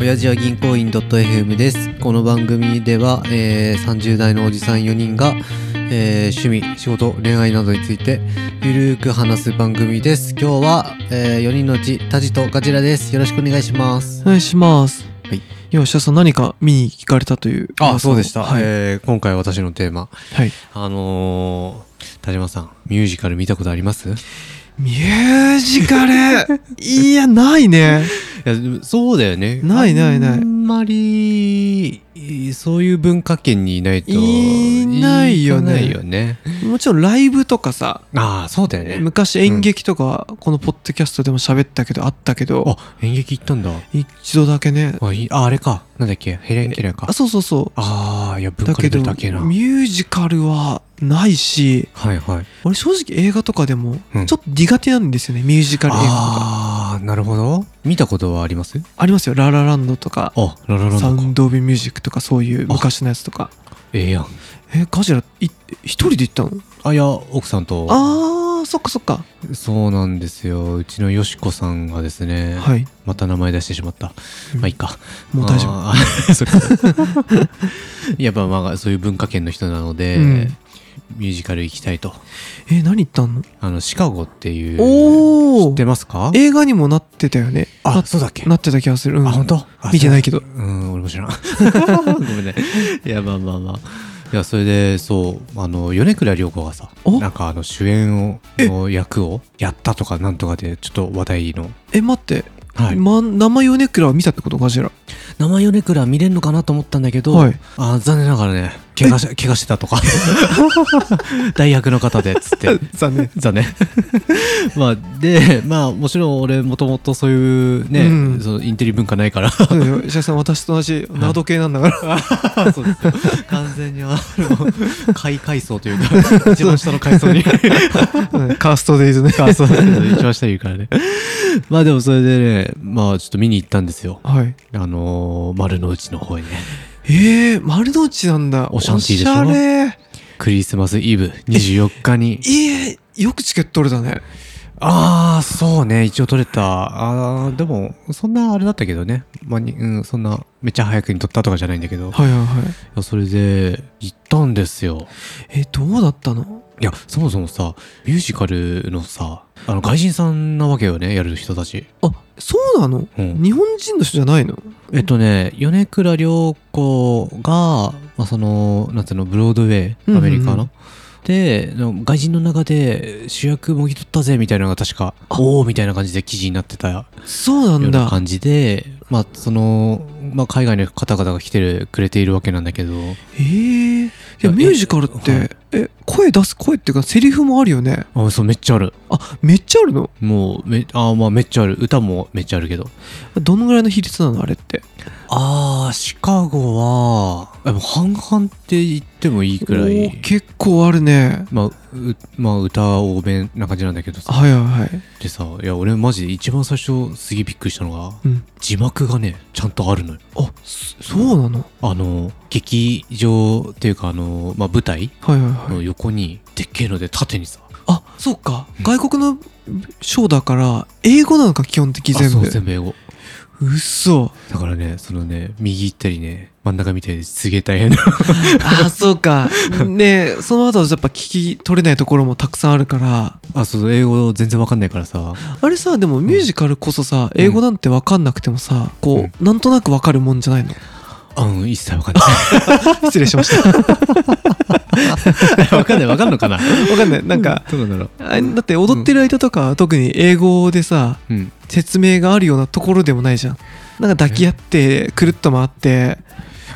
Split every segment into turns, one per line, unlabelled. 親父は銀行員 .fm ですこの番組では、えー30代のおじさん4人が、えー趣味仕事恋愛などについてゆるーく話す番組です今日は、え4人のうちタジとガジラですよろしくお願いします
お願いします。
はい。
よしさん何か見に行かれたという。はい。
えー今回私のテーマ
はい
あのー、田島さんミュージカル見たことありますい
ミュージカル いや、ないね。
やでもそうだよね
ないないない
あんまりそういう文化圏にいないと
いないよね
いないよね
もちろんライブとかさ、
ああそうだよね
昔演劇とか、このポッドキャストでも喋ったけど、あったけど、
あ演劇行ったんだ
一度だけね。
あいいああれかなんだっけヘレン・ケラーか
あ、そうそうそ
ああいや
う。
文
だ
化
け
レベ
ど、
ル
ミ
だけな
ュージカルはないし、
はいはい
俺正直映画とかでも、ち
う
ょ
ん
っと苦手なんですよね、ミュージカル映画とか。
ああなるほど見たことはあります
ありますよ、ララランドとか、
あララランドか
サウンド・オブ・ミュージックとか、そういう昔のやつとか。
ええやん
えガジラい一人で行ったの
あいや奥さんと
あーそっかそっか
そうなんですようちのよしこさんがですね、
はい
また名前出してしまった、
うん
まあいいか
もう大丈夫
あー そっか やっぱまあそういう文化圏の人なので、
うん
ミュージカル行きたいと
え何行ったの
あのシカゴっていう
おー
知ってますか
映画にもなってたよねな
あそうだっけ
なってた気がする、うん、
あ本当あ
見てないけど
知らうん俺も知らん ごめんねいやまあまあまあいやそれでそうあの米倉涼子がさ
お
なんかあの主演をの役をやったとかなんとかでちょっと話題の
え待って、
はい
ま、生ヨネクラは見たってことガジ ラ
生米倉見れるのかなと思ったんだけど、
はい
あー残念ながらね怪我し怪我してたと か大学の方でっつって
残念
残念まあでまあもちろん俺もともとそういうね、
うん
そのインテリ文化ないから
そうだよ石田さん私と同じナード系なん だから、
そうです よ完全にあの下位階層というか一番下の階 層に
うんカーストでいるね
あそうですね一番下にいるからねまあでもそれでねまあちょっと見に行ったんですよ
はい
あのー丸の内の方へね
えー、丸の内なんだ
オシャンティーでしょ
おしゃれ
クリスマスイブ24日に
えー、よくチケット取れたね
ああそうね一応取れたあーでもそんなあれだったけどね、まあにうん、そんなめっちゃ早くに取ったとかじゃないんだけどい
はいはいはい
やそれで行ったんですよ
えどうだったの
いやそもそもさミュージカルのさあの外人さんなわけよねやる人たち
あそうなの、
うん
日本人の人じゃないの
えっとね米倉涼子が、まあ、そのなんていうのブロードウェ
うんうんうん
イアメリカの、での外人の中で主役もぎ取ったぜみたいなのが確かおおみたいな感じで記事になってたよ
そうな
うんな
だ
感じで、まあそのまあ、海外の方々が来てるくれているわけなんだけど
ええい
いや
やミュージカルって、
はい
え声出す声っていうかセリフもあるよね
あそうめっちゃある
あめっちゃあるの
もうめあ、まあ、めっちゃある歌もめっちゃあるけど
どのぐらいの比率なのあれって
あーシカゴはでも半々って言ってもいいくら
お
い
ー結構あるね
まあ、うまあ歌多めな感じなんだけどさ
はいはいはい、
でさいや俺マジで一番最初すげえびっくりしたのが
うん、
字幕がねちゃんとあるのよ
あそそうなの
あの劇場っていうかあの、まあ、舞台
はいはいはい
の横にでっけえので縦にさ
あそうか、
うん
外国のショーだから英語なのか基本的
あ
全
そう
部
全部英語
うっそ
だからねそのね右行ったりね真ん中見たりですげえ大変な
あそうかねえその後はやっぱ聞き取れないところもたくさんあるから
あそうそう英語全然わかんないからさ
あれさでもミュージカルこそさ、
うん
英語なんて分かんなくてもさこう、なんとなく分かるもんじゃないの
あうん一切わかんない
失礼しました
わかんない、わかんのかな
分かんないなんか、
どうなんだろ
あだって踊ってる間とか、特に英語でさ
う。うん。
説明があるようなところでもないじゃんなんか抱き合ってくるっと回って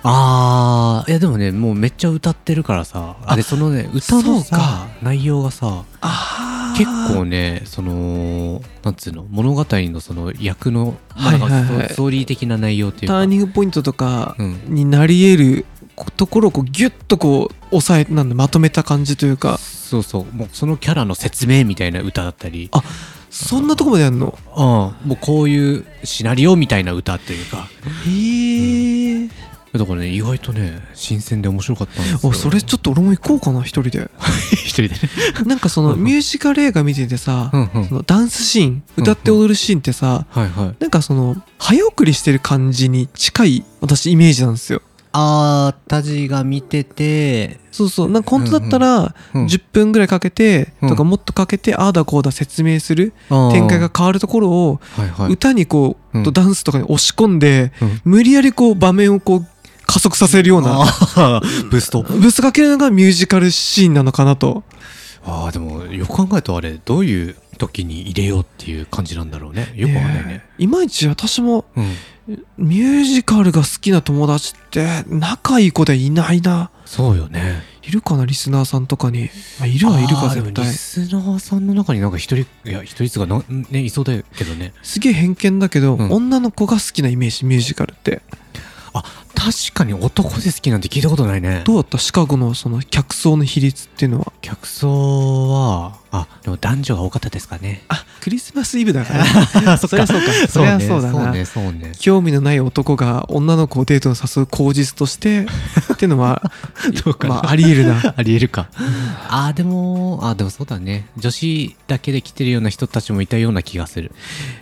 あー、いやでもね、もうめっちゃ歌ってるからさ。あれ、そのね、歌の
そうか
さ、内容がさ、
あ
結構ね、その、なんつうの、物語のその役の、
はいはいは
な
い
んかストストーリー的な内容っていう
タ
か。
ーニングポイントとか
うん。
になり得ることころをこうギュッとこう抑えなんだまとめた感じというか
そうそう、もうそのキャラの説明みたいな歌だったり、
あそんなとこまでやんの
うん、もうこういうシナリオみたいな歌っていうか。
へえ、
だからね、意外とね、新鮮で面白かったんですよ。
あそれちょっと俺も行こうかな一人 で
一人でね。
なんかそのミュージカル映画見ててさ、
うんうん
そのダンスシーン
うん
歌って踊るシーンってさ、
はいはい。
なんかその早送りしてる感じに近い私イメージなんですよ
あータジが見てて、
そうそうなんか本当だったら
うん
10分ぐらいかけて
うん
とかもっとかけてああだこうだ説明する展
展
開が、変わるところを
はいはい、
歌にこう、
うん
とダンスとかに押し込んで、
うん
無理やりこう場面をこう加速させるような
あー ブースト
ぶつかけるのがミュージカルシーンなのかなと
ああでもよく考えるとあれどういう時に入れようっていう感じなんだろうねよくわかんないね、
えーいまいち私もミュージカルが好きな友達って仲いい子でいないな
うん、そうよね
いるかなリスナーさんとかに、まあ、いるはいるか
あ
絶
ーでもリ
対
スナーさんの中になんか一人いや一人つがな、ね、いそうだけどね
すげえ偏見だけど、
うん
女の子が好きなイメージミュージカルって
確かに男で好きなんて聞いたことないね
どうだったシカゴのその客層の比率っていうのは
客層はあでも男女が多かったですかね
あクリスマスイブだか らそりゃそうかそりゃそうだな
そうねそうね
興味のない男が女の子をデートに誘う口実として っていうのは
どうかな
ま あありえるな
ありえるかあーでもあーでもそうだね女子だけで来てるような人たちもいたような気がする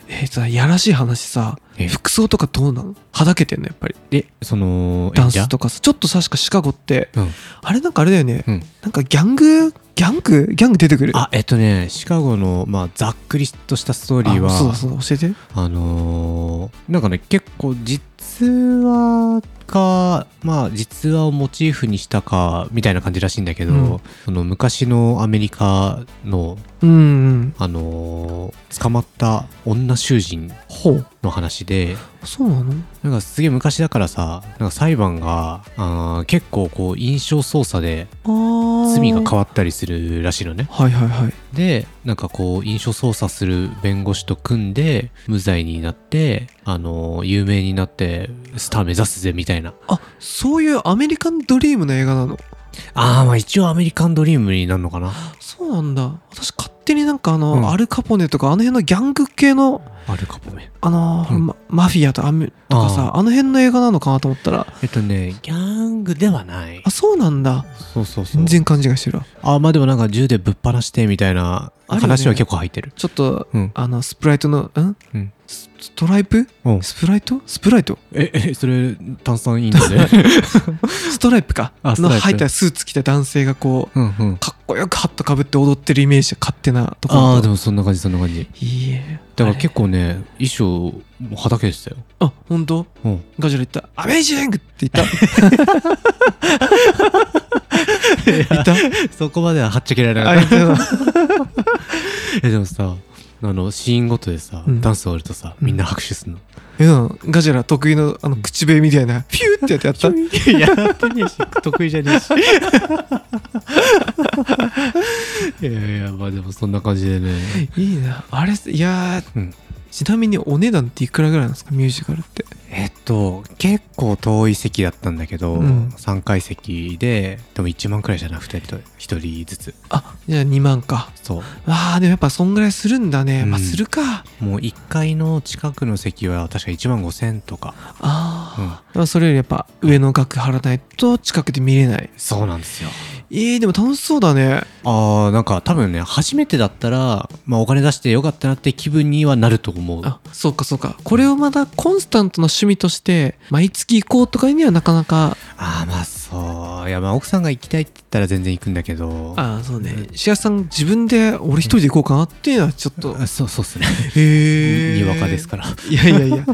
えー、さやらしい話さ
え
服装とかどうなのはだけてんのやっぱり
でその
ダンスとかさちょっと確かシカゴって
うん
あれなんかあれだよね、
うん
なんかギャングギャングギャング出てくる
あえっとねシカゴの、まあ、ざっくりとしたストーリーは
あそうだそうだ教えて
あのーなんかね結構実話かまあ実話をモチーフにしたかみたいな感じらしいんだけど、
うん
その昔のアメリカの、
うんうん
あのー捕まった女囚人
ほう
の話で
そうなの
なんかすげえ昔だからさなんか裁判があー結構こう印象操作で
ああ
罪が変わったりするらしいのね。
はいはいはい
でなんかこう印象操作する弁護士と組んで無罪になってあの有名になってスター目指すぜみたいな
あそういうアメリカンドリームの映画なの
あーまあ一応アメリカンドリームになるのかな
そうなんだ私勝手になんかあの、
うん
アルカポネとかあの辺のギャング系の
あるかもね
あのー
うん
まマフィアとアメとかさあの辺の映画なのかなと思ったら
えっとねギャングではない
あそうなんだ
そうそうそう
全然勘違いしてるわ
あーまあでもなんか銃でぶっ放してみたいな
あるよね
話は結構入ってる
ちょっと
うん
あのスプライトのん、
うん
スストライプ
うん
スプライトスプライト
ええそれ炭酸飲料で
ストライプか
あスト
の
ライプ
入ったスーツ着た男性がこ う
うんうん
かっこよくハットかぶって踊ってるイメージ勝手なところ
ああ
と
でもそんな感じそんな感じ
いいえ
だから
あれ
結構ね衣装も裸でしたよ
あ本当
うん
ガジュラ言った「アメージング!」って言った言った
そこまでははっちゃけられな
あ
かっ
言
た
ったな
えでもさあのシーンごとでさ、
うん
ダンス終わるとさ
うん
みんな拍手するの、
えなんガジュラ得意のあの口笛みたいなピューってやってやった
いややってねえし 得意じゃねえしいやいやまあでもそんな感じでね
いいなあれいやー、
うん
ちなみにお値段っていくらぐらいなんですかミュージカルって
えっと結構遠い席だったんだけど、
うん
3階席ででも1万くらいじゃなくて1人ずつ
あじゃあ2万か
そ
あーでもやっぱそんぐらいするんだね、まあ
うん
するか
うもう1階の近くの席は確か1万5千とか、う
あ
ん、
ー、まあそれよりやっぱ上の額払わないと近くで見れない
そうなんですよ
えー、でも楽しそうだね
ああなんか多分ね初めてだったら、まあ、お金出してよかったなって気分にはなると思う
あそうかそうかこれをまだコンスタントな趣味として毎月行こうとかにはなかなか
ああまあそういやまあ奥さんが行きたいって言ったら全然行くんだけど
ああそうね石橋さん自分で俺一人で行こうかなっていうのはちょっと
あそうそうっすね
へ
にわかですから
いやいやいや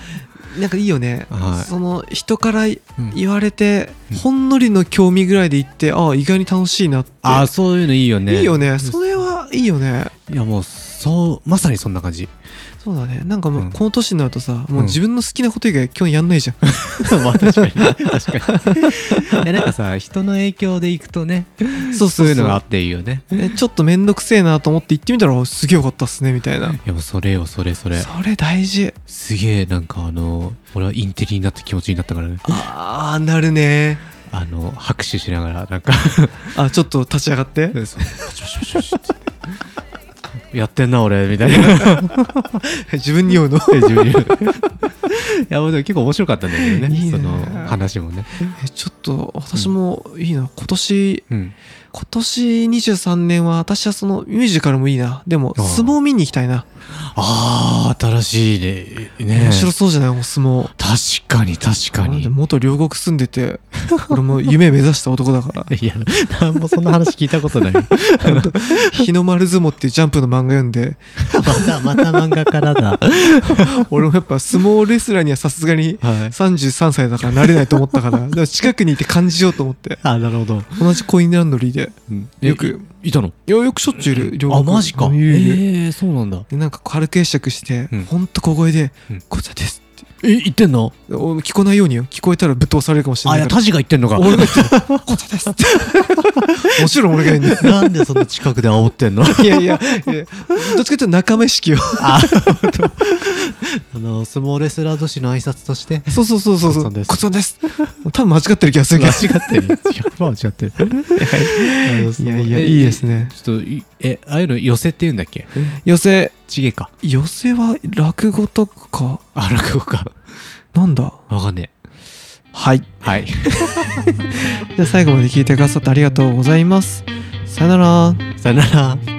なんかいいよ ね、
はい
その人から
うん
言われて、
うん
ほんのりの興味ぐらいで行ってああ意外に楽しいなって
ああそういうのいいよね
いいよねそれはいいよね
いやもうそうまさにそんな感 じ
そうだねなんかもううんこの年になるとさ、もううん自分の好きなこと以外基本やんないじゃん
まあ確かに確かにいやなんかさ人の影響で行くとね
そ う
そういうのがあ
が
っていいよね
ちょっと面倒くせえなと思って行ってみたらおすげえよかったっすねみたいない
やもうそれよそれそれ
それ大事
すげえなんかあの俺はインテリになった気持ちになったからね
ああなるね
あの拍手しながらなんか
あちょっと立ち上がって
やってんな俺みたいな
自分に酔うの
自分に言ういやもうでも結構面白かったんだけどね
いいね
その話もね
えちょっと私もいいな今年
うん
今今年23年は私はそのミュージカルもいいなでも
ああ
相撲見に行きたいな
ああ、新しいね。ね
面白そうじゃないもう相撲
確かに確か
なん
に
で。元両国住んでて俺も夢目指した男だから
いや、なんもそんな話聞いた ことない。ま
日の丸相撲っていうジャンプの漫画読んで
た、また漫画からだ。
俺もやっぱ相撲レスラーにはさすがに
はい。
33歳だからなれないと思った からだから近くにいて感じようと思って
あ、なるほど。
同じコインランドリーで
え
よく
い、いたの
いやよくしょっちゅういる両
あ、
国
マジか。
いるいる
ええ、そうなんだ。
でなんか軽く会釈して、
うん
ほんと小声で
うん
「こちらです
え、言ってんの」
お聞こえないようによ聞こえたらぶっ飛ばされるかもしれ
あ、
ないい
や、
から
タジが言ってんのか。
俺が言ってるこちらです」って もちろん俺が 言うんだよ
なんでそんな近くで煽ってんの
いやいやいやどっちかというと仲間意識を
あ、 あの、相撲レスラー同士の挨拶として。
そうそうそうそうそ
こちら
う
です
こちらです多分間違ってる気がするけ
間違
ど
ってる。100%間違ってる。
いやいやいいです
ね。
ね
ちょっとい、え、ああいうの寄せって言うんだっけ
寄せ
ちげか。
寄せは落語とか
あ、落語か。
なんだ
わかんね
はい
え。はい。
じゃあ最後まで聞いてくださってありがとうございますさよなら
さよなら。